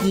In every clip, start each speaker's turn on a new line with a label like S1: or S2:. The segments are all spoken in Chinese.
S1: 而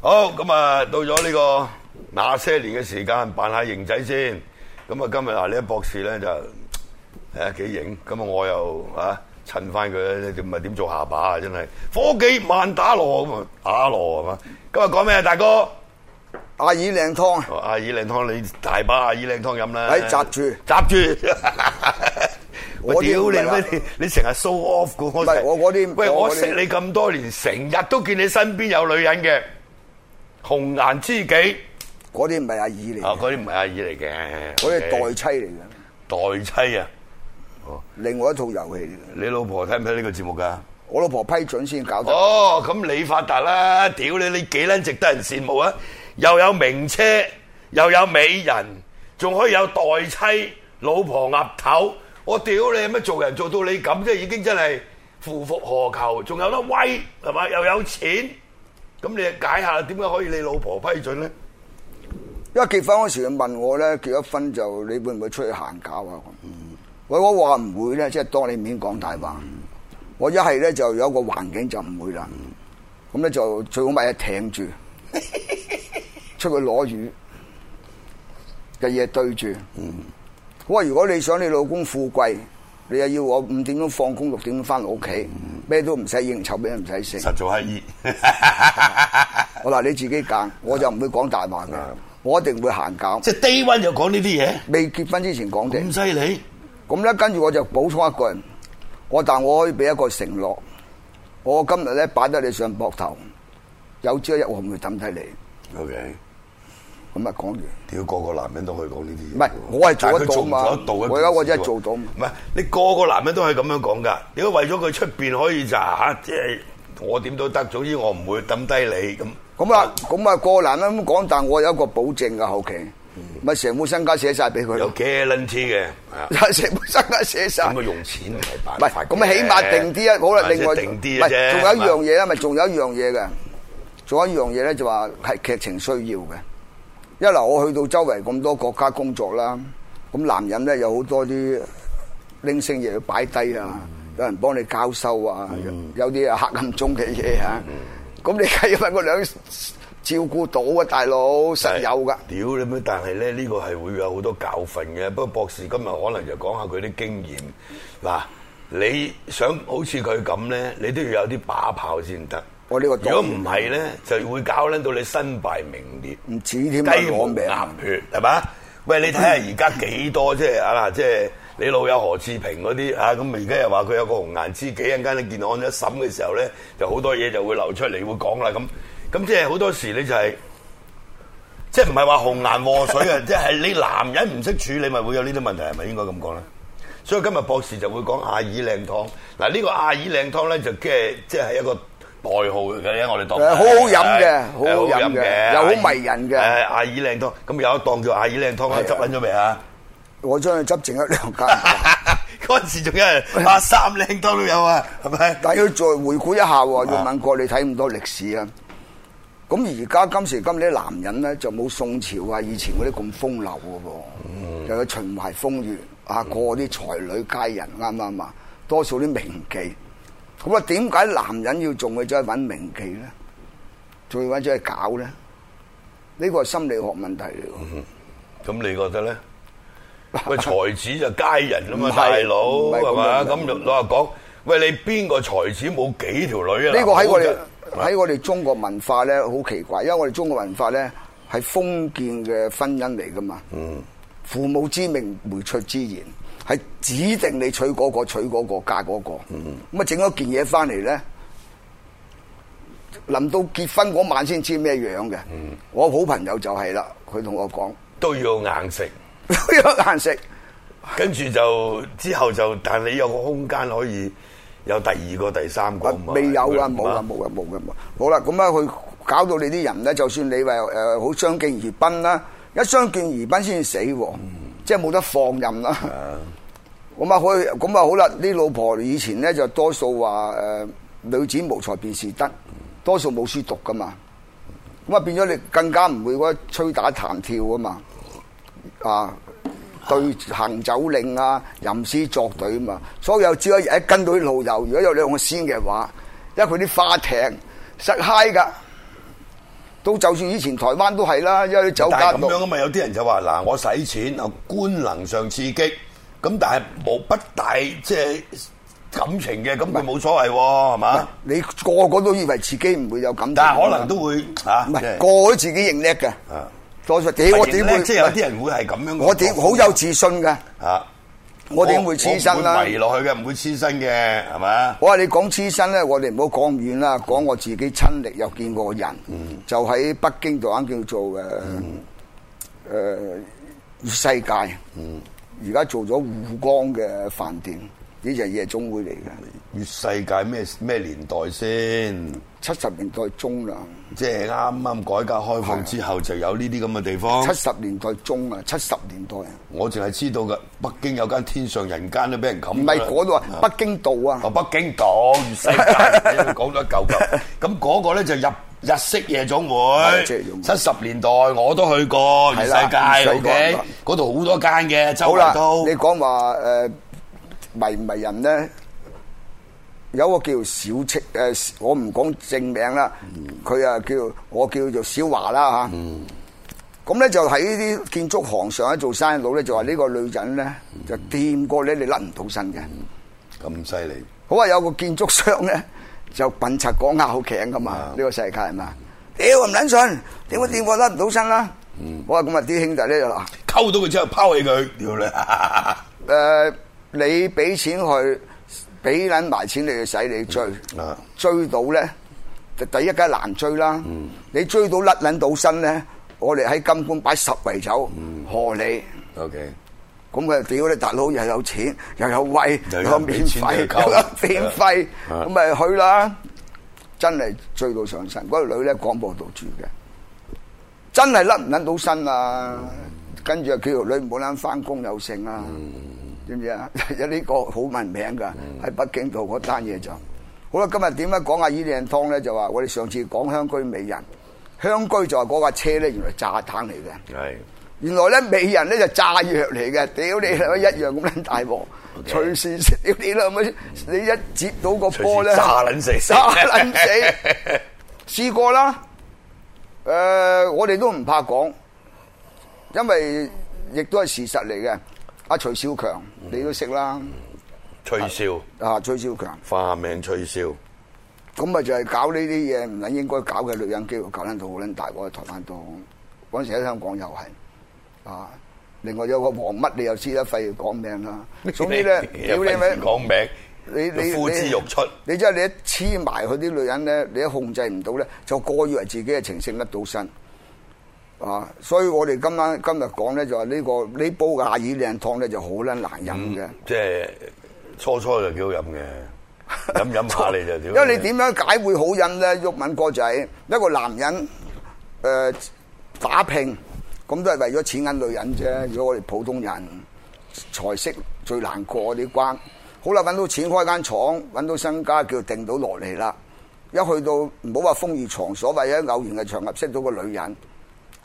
S2: 好，咁啊，到咗呢個那些年嘅時間，扮下型仔先。咁啊，今日嗱呢一博士咧就誒幾型，咁啊我又啊襯翻佢咧，唔係點做下巴啊？真係伙計萬打羅咁啊，打羅係嘛？今日講咩啊，大哥？
S3: 阿爾靚湯啊，
S2: 哦阿姨靚湯，你大把阿姨靚湯飲啦。
S3: 喺哎閘住
S2: 閘住。我
S3: 我
S2: 屌
S3: 啲
S2: 你
S3: 唔係
S2: 咩
S3: 啦？
S2: 你你成日 show off 嘅，我
S3: 唔係我嗰啲
S2: 喂，
S3: 我
S2: 我
S3: 嗰啲
S2: 識你咁多年，成日都見你身邊有女人嘅紅顏知己。
S3: 嗰啲唔係阿爾嚟
S2: 啊，
S3: 嘅，
S2: 嗰啲唔係阿姨嚟嘅，
S3: 嗰啲
S2: OK
S3: 代妻嚟嘅，
S2: 代妻啊！
S3: 另外一套遊戲嚟嘅。
S2: 你老婆睇唔睇呢個節目㗎？
S3: 我老婆批准先搞得。
S2: 哦，咁你發達啦！屌你，你幾撚值得人羨慕啊？又有名車，又有美人，仲可以有代妻、老婆鴨頭。我屌你，乜做人做到你咁，即係已經真係夫復何求？仲有得威係嘛？又有錢，咁你解下點解可以你老婆批准咧？
S3: 因為結婚嗰時佢問我咧，結咗婚就你會唔會出去行搞啊？我我話唔會咧，即係當你面講大話。我一係咧就有一個環境就唔會啦。咁咧就最好咪係艇住，出去攞魚，日夜對住。我話如果你想你老公富貴，你又要我五點鐘放工，六點鐘翻到屋企，咩都唔使應酬，咩都唔使食。
S2: 實做乞衣，
S3: 我嗱你自己揀，我就唔會講大話嘅，我一定會行搞。
S2: 即係低温就講呢啲嘢，
S3: 未結婚之前講定，
S2: 咁犀利。
S3: 咁咧跟住我就補充一句，我但我可以俾一個承諾，我今日咧擺得你上膊頭，有朝一日我唔會抌低你。
S2: O K。
S3: 咁啊講完，
S2: 屌個個男人都可以講呢啲嘢喎，
S3: 唔係我係做
S2: 但
S3: 得
S2: 佢做
S3: 到
S2: 唔
S3: 嘛
S2: 做得到嘅
S3: 我而家我真
S2: 件
S3: 係
S2: 事
S3: 做到
S2: 喎唔係你個個男人都係咁樣講㗎，如果為咗佢出邊可以咋嚇，即係我點都得，總之我唔會抌低你咁。
S3: 咁啊咁啊個男人咁講，但我有一個保證嘅後期，
S2: 嗯
S3: 咪成副身家寫晒俾
S2: 有
S3: 佢咯，
S2: guarantee 嘅，啊
S3: 成副身家寫晒
S2: 咁。佢用錢唔係辦
S3: 唔係，
S2: 法嘅。
S3: 咁起碼定啲啊！好啦，
S2: 或者
S3: 另外
S2: 定啲
S3: 唔
S2: 嘅
S3: 係
S2: 啫。
S3: 仲
S2: 係
S3: 有一
S2: 嘛
S3: 樣嘢啊，咪仲有一樣嘢嘅，仲有一樣嘢咧就話係劇情需要嘅。一嚟我去到周圍咁多國家工作啦，咁男人咧有好多啲拎星嘢要擺低啊，有人幫你交收啊，有啲啊黑暗中嘅嘢啊，咁你梗要揾個兩照顧到啊，大佬實有噶。
S2: 屌你咩？但係咧，呢個係會有好多教訓嘅。不過博士今日可能就講下佢啲經驗。嗱，你想好似佢咁咧，你都要有啲把炮先得。
S3: 我呢個
S2: 如果唔係咧，就會搞撚到你身敗名裂。
S3: 唔止添啊，
S2: 雞毛
S3: 攞命
S2: 鴨血係嘛？喂，你睇下而家幾多即係啊嗱，即係你老友何志平嗰啲啊，咁而家又話佢有個紅顏知己，一陣間你見案一審嘅時候咧，就好多嘢就會流出嚟會講啦咁，咁即係好多時你就係、即係唔係話紅顏禍水啊？即係你男人唔識處理，咪會有呢啲問題，係咪應該咁講咧？所以今日博士就會講阿爾靚湯。嗱，呢個阿爾靚湯咧就即係即係一個代號嚟嘅，我哋當
S3: 誒好好飲嘅
S2: 係
S3: 好好飲嘅又好迷人嘅
S2: 誒阿爾靚湯，咁有一檔叫阿爾靚湯啦，
S3: 係啊
S2: 執撚咗未啊？
S3: 我將佢執剩一兩間。
S2: 嗰陣時仲有人阿三靚湯都有啊，係咪？
S3: 但要再回顧一下喎，要問過你睇咁多歷史啊。咁而家今時今日啲男人咧，就冇宋朝啊以前嗰啲咁風流嘅喎，又有秦淮風月啊，過啲才女佳人啱唔啱啊？多數啲名妓。咁啊，點解男人要仲去走去揾名妓咧？仲要揾走去搞咧？呢個係心理學問題嚟喎。
S2: 咁你覺得咧？喂，才子就佳人啊嘛，
S3: 唔係
S2: 大佬
S3: 唔係咁
S2: 係嘛？
S3: 樣
S2: 咁就老實講，喂，你邊個才子冇幾條女啊？
S3: 呢個喺我哋
S2: 嗱
S3: 喺我哋中國文化咧，好奇怪，因為我哋中國文化咧係封建嘅婚姻嚟噶嘛。嗯，父母之命，媒妁之言，係指定你娶嗰、個娶嗰、個嫁嗰、個。嗯，咁啊整咗件嘢翻嚟咧，臨到結婚嗰晚先知咩樣嘅。嗯，我好朋友就係啦，佢同我講
S2: 都要硬食，
S3: 有難食。
S2: 跟住就之後就，但你有個空間可以有第二個、第三個啊嘛
S3: 未有
S2: 係
S3: 啊，
S2: 咪
S3: 冇啊，冇啊，冇啊，冇。好啦，咁啊，佢搞到你啲人咧，就算你話誒好相敬如賓啦，一相敬如賓先死喎，
S2: 嗯
S3: 即係冇得放任啦。咁啊，佢咁啊好啦，啲老婆以前咧就多數話誒女子無才便是德，
S2: 嗯
S3: 多數冇書讀噶嘛。咁啊變咗你更加唔會嗰吹打彈跳啊嘛，啊對行酒令啊、吟詩作對啊嘛，所以有朝一日一跟到啲老友，如果有兩個仙嘅話，因為佢啲花艇實嗨噶，到就算以前台灣都係啦，因為啲酒
S2: 但
S3: 家
S2: 係咁
S3: 度
S2: 樣啊嘛，有啲人就話嗱，我使錢啊，官能上刺激，咁但係冇不大即係感情嘅，咁佢冇所謂喎，係嘛？
S3: 你個個都以為自己唔會有感情，
S2: 但係可能都會嚇，
S3: 唔
S2: 即
S3: 係
S2: 係
S3: 個個都自己認叻嘅
S2: 啊，
S3: 多數屌我點
S2: 認叻
S3: 會
S2: 即係有啲人會係咁樣
S3: 我點好有自信㗎？
S2: 嚇，
S3: 我點會黐身
S2: 我
S3: 啦
S2: 唔會？迷落去嘅，唔會黐身嘅，係嘛？
S3: 我話你講黐身咧，我哋唔好講咁遠啦，講我自己親歷又見過嘅人，就喺北京度啱叫做誒誒粵世界，而家做咗湖光嘅飯店，呢就係夜總會嚟嘅，
S2: 越世界咩咩年代先？
S3: 七十年代中啊啦，
S2: 即係啱啱改革開放之後就有呢啲咁嘅地方
S3: 七。十年代中啊，七十年代啊，
S2: 我淨係知道嘅，北京有間天上人間都俾人冚咗啦。
S3: 唔係嗰度啊，
S2: 啊
S3: 北京道啊。
S2: 哦，北京島越世界，講咗一嚿嚿。咁嗰個咧就日日式夜總會，
S3: 係即係用
S2: 七十年代我都去過越世界
S3: 係啦越世界
S2: ，OK，嗰度好多間嘅，周
S3: 好啦
S2: 圍，都
S3: 你。講話誒迷唔迷人咧？有個叫小戚誒、呃我唔講正名啦，佢啊叫我叫做小華啦嚇。咁咧、就喺呢啲建築行上咧做生意佬咧，就話呢個女人咧就掂過你，你甩唔到身嘅。
S2: 咁犀利，
S3: 好啊，有個建築商咧就笨柒講拗頸噶嘛，呢個世界係嘛？屌唔撚信，點會掂過甩唔到身啦？好啊，咁啊啲兄弟咧就嗱。
S2: 溝到佢之後拋棄佢，屌 你！
S3: 誒、呃你俾錢去，俾撚埋錢你去使，你追，
S2: 啊
S3: 追到咧，就第一梗係難追啦。你追到甩撚到身咧，我哋喺金冠擺十圍酒，賀你。
S2: OK，
S3: 咁佢屌你大佬又有錢又有位
S2: 又
S3: 又
S2: 有
S3: 有免
S2: 俾
S3: 費
S2: 錢佢
S3: 又有免費，
S2: 啊
S3: 咁咪去啦！真係追到上身，嗰、個女咧廣播度住嘅，真係甩唔甩到身啊！跟住啊，叫條女唔好撚翻工有剩啊，知唔知啊？ 有呢個好文名㗎，
S2: 嗯
S3: 喺北京度嗰單嘢就好啦。今日點解講下依靚湯咧？就話我哋上次講鄉居美人，鄉居就係嗰架車咧，原來炸彈嚟嘅。
S2: 係
S3: 原來咧美人咧就炸藥嚟嘅，屌你
S2: 嗯
S3: 老母一樣咁撚大鑊，隨時屌你老母，你一接到個波咧，
S2: 隨時炸撚死
S3: 炸撚死，試過啦。誒、我哋都唔怕講，因為亦都係事實嚟嘅。阿徐少強，
S2: 嗯
S3: 你都識啦，
S2: 吹簫，
S3: 啊徐少強，
S2: 花名吹簫，，
S3: 咁咪就係搞呢啲嘢唔撚應該搞嘅女人機會搞撚到好撚大鑊，喺台灣都嗰陣時喺香港又係啊。另外有個黃乜你又知得費講名啦。總之咧
S2: 又
S3: 屌你
S2: 費事講
S3: 咪
S2: 名，
S3: 你你
S2: 呼之欲出，
S3: 你即係你一黐埋佢啲女人咧，你一控制唔到咧，就過以為自己嘅情性甩到身啊！所以我哋今晚今日講咧就係呢、個呢煲嘅阿姨靚湯咧就好撚難飲嘅。
S2: 嗯即係初初就幾好飲 嘅，飲飲下你就
S3: 因
S2: 屌。
S3: 為你點樣解會好飲咧？鬱敏哥就係一個男人誒、呃打拼，咁都係為咗錢銀女人啫。如果我哋普通人財色最難過啲關，好啦，揾到錢開間廠，揾到身家叫定到落嚟啦。一去到唔好話風雨床所，或者偶然嘅場合識到個女人，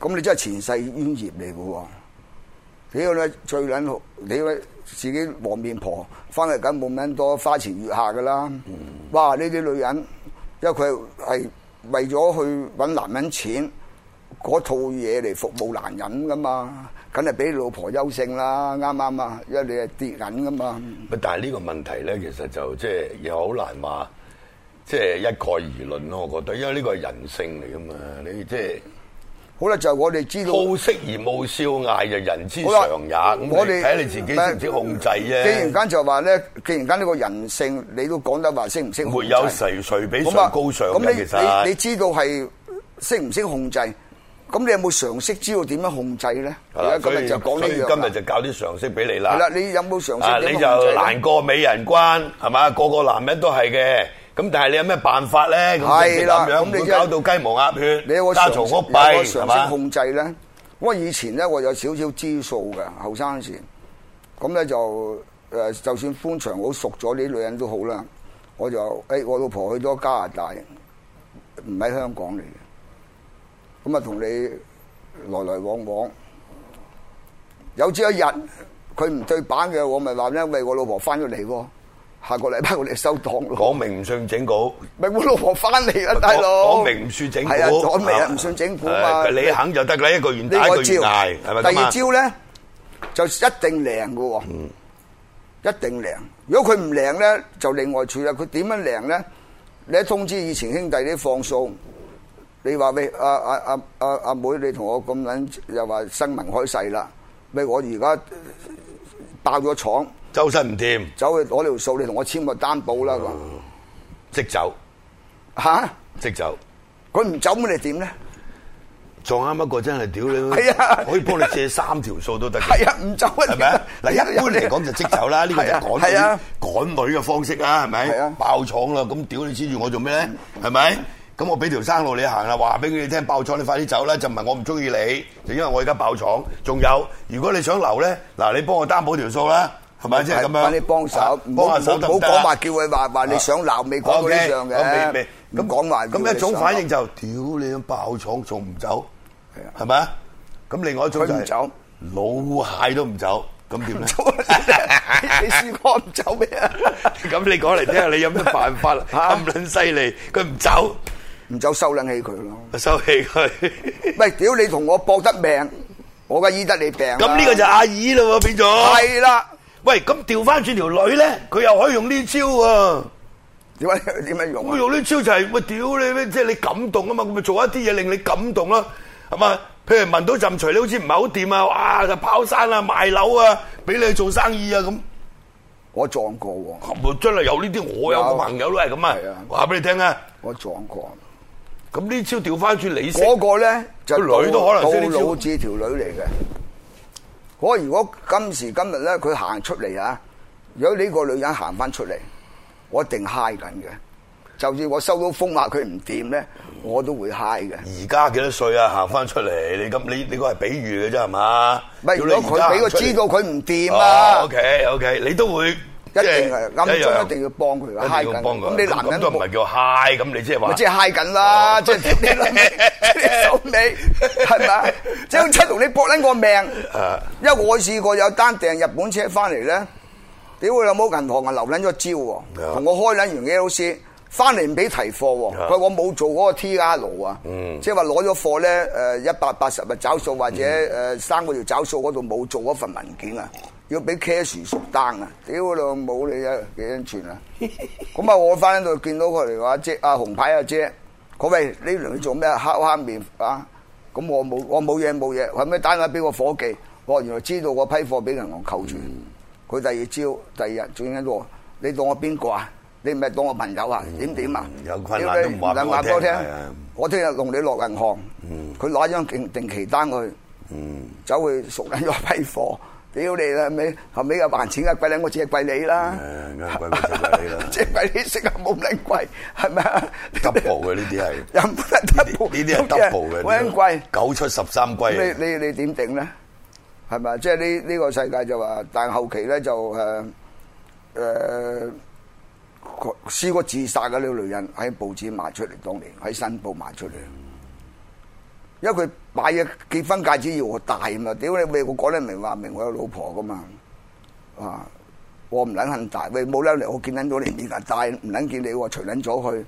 S3: 咁你真係前世冤孽嚟嘅喎。屌你最撚好，你自己黃面婆翻嚟梗冇咁多花前月下噶啦。
S2: 嗯
S3: 哇！呢啲女人，因為佢係為咗去揾男人錢，嗰套嘢嚟服務男人噶嘛，梗係俾老婆優勝啦，啱唔啱啊？因為你係跌緊噶嘛。
S2: 喂但係呢個問題咧，其實就即係又好難話，即係一概而論咯。我覺得，因為呢個係人性嚟噶嘛，你即係
S3: 好啦，就我哋知道。
S2: 好色而冇笑嗌就人之
S3: 好啦
S2: 常也。咁
S3: 我
S2: 你
S3: 哋
S2: 睇你自己識唔識控制啫。
S3: 既然間就話咧，既然間呢個人性，你都講得話識唔識控制？
S2: 沒有誰誰比誰
S3: 咁啊
S2: 高尚
S3: 咁
S2: 嘅，
S3: 你
S2: 其實
S3: 你你知道係識唔識控制？咁你有冇常識知道點樣控制咧？
S2: 係啦
S3: 而家今日就講呢
S2: 所以
S3: 樣啦。
S2: 今日就教啲常識俾你啦。
S3: 係啦，你有冇常
S2: 啊，
S3: 識
S2: 你
S3: 點
S2: 就
S3: 樣控制呢
S2: 難過美人關係嘛？個個男人都係嘅。咁但係你有咩辦法咧？咁
S3: 係
S2: 即係
S3: 啦
S2: 咁樣
S3: 咁
S2: 唔
S3: 你
S2: 會
S3: 即係
S2: 搞到雞毛鴨血，
S3: 你有個
S2: 家
S3: 常
S2: 嘈
S3: 識有
S2: 屋
S3: 個
S2: 閉係
S3: 常識
S2: 嘛？
S3: 控制咧。我以前咧，我有少少知數嘅，後生嗰時咁咧就誒，就算官場好熟咗啲女人都好啦，我就誒、哎我老婆去咗加拿大，唔喺香港嚟嘅，咁啊同你來來往往，有朝一日佢唔對版嘅，我咪話咧，喂，我老婆翻咗嚟喎，下個禮拜我哋收檔咯。
S2: 講明唔信整蠱。
S3: 咪我老婆翻嚟啦，大佬。
S2: 講明唔算整蠱，
S3: 係啊，講明啊，唔算整蠱嘛。
S2: 誒你肯就得啦，一個願
S3: 呢
S2: 打一
S3: 個
S2: 個願
S3: 招
S2: 挨，係咪
S3: 第
S2: 咁
S3: 二
S2: 啊？
S3: 招咧就一定涼嘅喎，一定涼。如果佢唔涼咧，就另外處理。佢點樣涼咧？你一通知以前兄弟啲放數，你話喂阿阿阿阿阿妹，你同我咁撚又話生民開世啦，喂我而家爆咗廠，
S2: 周身唔掂，
S3: 走去攞條數，你同我簽個擔保啦咁
S2: 即走
S3: 嚇。
S2: 即走。
S3: 佢唔走咁你點咧？
S2: 撞啱一個真係屌你，
S3: 係啊
S2: 可以幫你借三條數都得嘅。
S3: 係啊，唔走啊！
S2: 係咪 啊？嗱，一般嚟講就即走啦，呢個就係趕
S3: 係
S2: 女
S3: 啊
S2: 趕女嘅方式啦，係
S3: 係
S2: 咪
S3: 啊？
S2: 爆廠啦，咁屌你黐住我做咩咧？係咪？咁我俾條生路你行啦，話俾佢哋聽爆廠，你快啲走啦！就唔係我唔中意你，就因為我而家爆廠。仲有，如果你想留咧，嗱，你幫我擔保條數啦，係咪？即係咁樣。
S3: 揾你幫手，唔好
S2: 幫下手
S3: 唔
S2: 得
S3: 好
S2: 唔得
S3: 講
S2: 啊
S3: 話叫佢話話你想鬧未講到呢
S2: OK，
S3: 樣
S2: 咁
S3: 嘅
S2: 未，未
S3: 咁講話
S2: 咁一種反應
S3: 就
S2: 就屌你咁爆廠仲唔走，
S3: 係啊
S2: 係咪啊？咁另外一種就
S3: 佢唔
S2: 係
S3: 走
S2: 老蟹都唔走，咁點咧？
S3: 你試過唔 走咩啊？
S2: 咁你講嚟聽下，你有咩辦法啦？
S3: 嚇
S2: 咁撚犀利，佢唔走，
S3: 唔走收撚起佢咯。
S2: 收起佢。
S3: 喂，屌你同我搏得命，我梗係醫得你病啦。
S2: 咁呢個就阿姨咯喎，變咗。
S3: 係啦。
S2: 喂，咁調翻轉條女咧，佢又可以用呢招喎。
S3: 點解點樣用
S2: 咁
S3: 啊？
S2: 用呢招就係喂屌你咩，即係你感動啊嘛，咁咪做一啲嘢令你感動啦，係嘛？譬如聞到陣除，你好似唔係好掂啊，哇！就拋山啊、賣樓啊，俾你去做生意啊咁。
S3: 我撞過喎，
S2: 真係有呢啲，我有個
S3: 有
S2: 朋友都係咁啊
S3: 係啊，
S2: 話俾你聽啊。
S3: 我撞過。
S2: 咁呢招調翻轉你識，
S3: 嗰個咧就
S2: 個女都可能識呢招
S3: 杜老誌條女嚟嘅。我如果今時今日咧，佢行出嚟啊，如果呢個女人行翻出嚟，我一定嗨緊嘅。就算我收到風話佢唔掂咧，我都會嗨嘅。
S2: 而家幾多歲啊？行翻出嚟，你咁你你個係比喻嘅啫係嘛？
S3: 唔係，如果佢俾我知道佢唔掂
S2: 啊
S3: 啊
S2: ，O，K O K，你都會
S3: 一定係暗
S2: 一樣
S3: 中一定要幫佢嘅，嗨
S2: 一定要
S3: 緊。
S2: 幫佢。
S3: 咁你男人
S2: 都唔係叫 high，咁你即係話
S3: 咪即係嗨緊啦，即係屌你老味，即係手尾係咪啊？即係好似同你搏撚個命
S2: 啊，
S3: 因為我試過有單訂日本車翻嚟咧，屌佢老母銀行啊留撚咗招喎，
S2: 啊
S3: 同我開撚完 LC。翻嚟唔俾提貨喎，
S2: 啊
S3: 佢話我冇做嗰個 TR 啊，即係話攞咗貨咧，誒一百八十日找數或者誒三個月找數嗰度冇做嗰份文件啊，要俾 cash 熟單啊，屌你老母你啊幾恩存啊！咁啊，我翻到見到佢嚟話姐阿紅牌阿姐，佢喂呢輪你做咩啊？黑黑面啊！咁我冇我冇嘢冇嘢，後尾打電話俾個伙計，我話原來知道我批貨俾銀行扣住。佢第二朝第二日轉緊我，你當我邊個啊？你唔係當我朋友啊？點點啊？
S2: 有困難都唔話俾我聽
S3: 你
S2: 係啊
S3: 我聽日同你落銀行，佢攞張定定期單去。走去熟撚咗批貨，屌你啦，咪後尾又還錢嘅貴撚，我只係貴你
S2: Ờ,
S3: 啦，
S2: 誒啱貴過只係貴你啦
S3: 只係貴你食啊冇撚貴，係咪啊
S2: double 嘅呢啲係
S3: 又唔得
S2: 呢
S3: double，
S2: 啲係
S3: 有嘢
S2: double 嘅，
S3: 好撚貴，
S2: 九出十三歸嚟。
S3: 咁你你你點頂咧？係咪啊？即係呢呢個世界就話，但後期咧就呃誒誒佢試過自殺嘅呢個女人喺報紙賣出嚟，當年喺新報賣出嚟。因為佢買嘢結婚戒指要我戴啊嘛，屌你喂！我講得明話明，我有老婆噶嘛，啊！我唔撚肯戴，喂冇啦嚟，我見撚到你面啊戴，唔撚見你喎，除撚咗佢，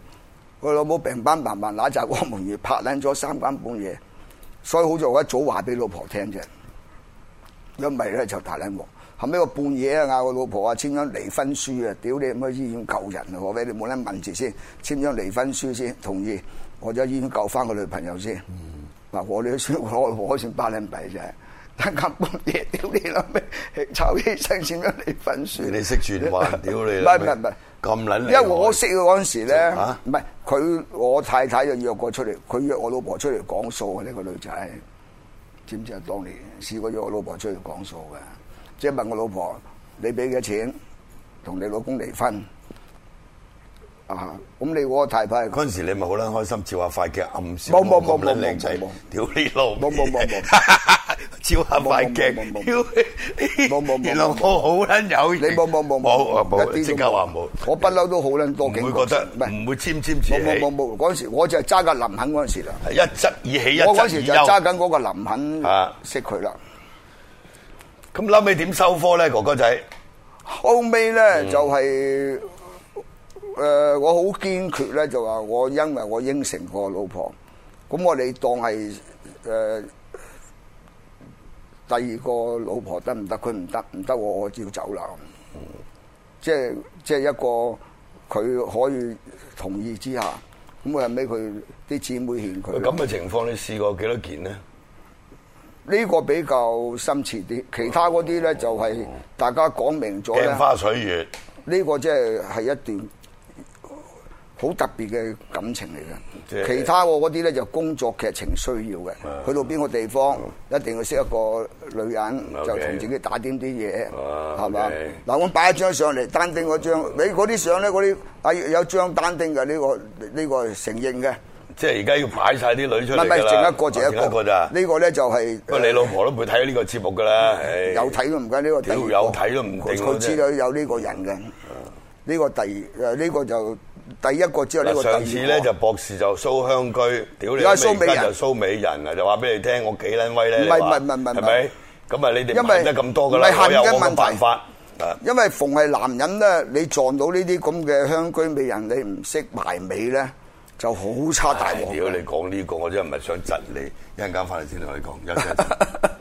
S3: 佢老母病斑慢慢揦扎光門月拍撚咗三更半夜，所以好在我一早話俾老婆聽啫，一唔係咧就大撚鑊。後尾我半夜啊嗌我老婆啊簽張離婚書啊，屌你咁去醫院救人啊！我俾你冇撚問住先，簽張離婚書先同意，我就喺醫院救翻個女朋友先。嗱、我哋都算我老婆算百撚幣啫，但間半夜屌你啦咩，炒醫生簽張離婚書。
S2: 你識轉彎，屌你
S3: 唔
S2: 啦！
S3: 係唔係唔係，
S2: 咁撚厲害
S3: 因為我識佢嗰陣時咧
S2: 嚇，
S3: 唔係佢我太太就約我出嚟，佢約我老婆出嚟講數嘅呢個女仔，知唔知啊？當年試過約我老婆出嚟講數嘅，即係問我老婆你俾幾多錢同你老公離婚？啊，咁你嗰個睇法係
S2: 嗰陣時你咪好撚開心，照下塊鏡暗笑，
S3: 冇冇冇
S2: 咁撚
S3: 冇
S2: 靚仔
S3: 冇冇，
S2: 屌你老味，
S3: 冇冇冇 冇
S2: 照下塊
S3: 冇
S2: 鏡，
S3: 冇冇冇
S2: 屌你
S3: 冇冇 冇
S2: 原來我好撚有型，
S3: 你冇冇冇
S2: 冇啊
S3: 一啲都
S2: 冇，即刻話冇，
S3: 我不嬲都好撚多警
S2: 唔
S3: 覺
S2: 會覺得
S3: 唔係
S2: 唔會沾沾自喜，
S3: 冇冇冇冇嗰陣時，我就係揸架林肯嗰陣時啦。
S2: 係一質以喜一
S3: 我嗰
S2: 質
S3: 陣時
S2: 以
S3: 就揸
S2: 憂。
S3: 緊嗰個林肯
S2: 啊
S3: 識佢啦。
S2: 咁後尾點收科咧，哥哥仔？
S3: 後尾咧就係、誒、我好堅決咧，就話我因為我應承我老婆，咁我哋當係誒、第二個老婆得唔得？佢唔得，唔得我我照走啦。即係即係一個佢可以同意之下，咁後尾佢啲姊妹勸佢。
S2: 咁嘅情況你試過幾多件咧？
S3: 呢個比較深切啲，其他嗰啲咧就係大家講明咗咧
S2: 鏡。花水月，
S3: 呢個即係係一段好特別嘅感情嚟
S2: 即
S3: 嘅。
S2: 係
S3: 其他我嗰啲咧就工作劇情需要嘅
S2: 啊，
S3: 去到邊個地方一定要識一個女人，
S2: OK
S3: 就同自己打點啲嘢，
S2: 啊
S3: 係嘛
S2: OK？
S3: 嗱，我擺一張相嚟，單丁嗰張，你嗰啲相咧，嗰啲啊有張單丁嘅呢個呢個係承認嘅，
S2: 即係而家要擺晒啲女出
S3: 唔
S2: 嚟
S3: 係唔
S2: 㗎
S3: 係，
S2: 啦
S3: 剩一個就
S2: 剩一
S3: 一
S2: 個
S3: 個
S2: 咋？
S3: 呢個咧就係
S2: 不過你老婆都唔會睇呢個節目㗎啦，唉
S3: 有睇都唔緊，呢個第二個
S2: 屌有睇都唔定喎啊
S3: 佢
S2: 真係
S3: 知道有呢個人嘅，呢個第誒呢個就第一個之後呢個
S2: 嗱
S3: 第二
S2: 上
S3: 個。
S2: 次咧就博士就蘇香居，屌你
S3: 而家
S2: 老味，
S3: 蘇美人
S2: 而家就蘇美人啊，就話俾你聽我幾撚威咧，
S3: 唔係
S2: 你話
S3: 唔係唔係唔係
S2: 係咪？咁啊，你哋
S3: 因為
S2: 問得咁多㗎啦
S3: 唔係，
S2: 我有
S3: 恨嘅
S2: 我
S3: 問
S2: 嘅
S3: 題
S2: 辦法啊。
S3: 因為逢係男人咧，你撞到呢啲咁嘅香居美人，你唔識埋尾咧，就好差大
S2: 唉
S3: 鑊啊
S2: 屌你
S3: 嘅。
S2: 講呢個，我真係唔係想窒你，一陣間翻嚟先同你講，一陣間。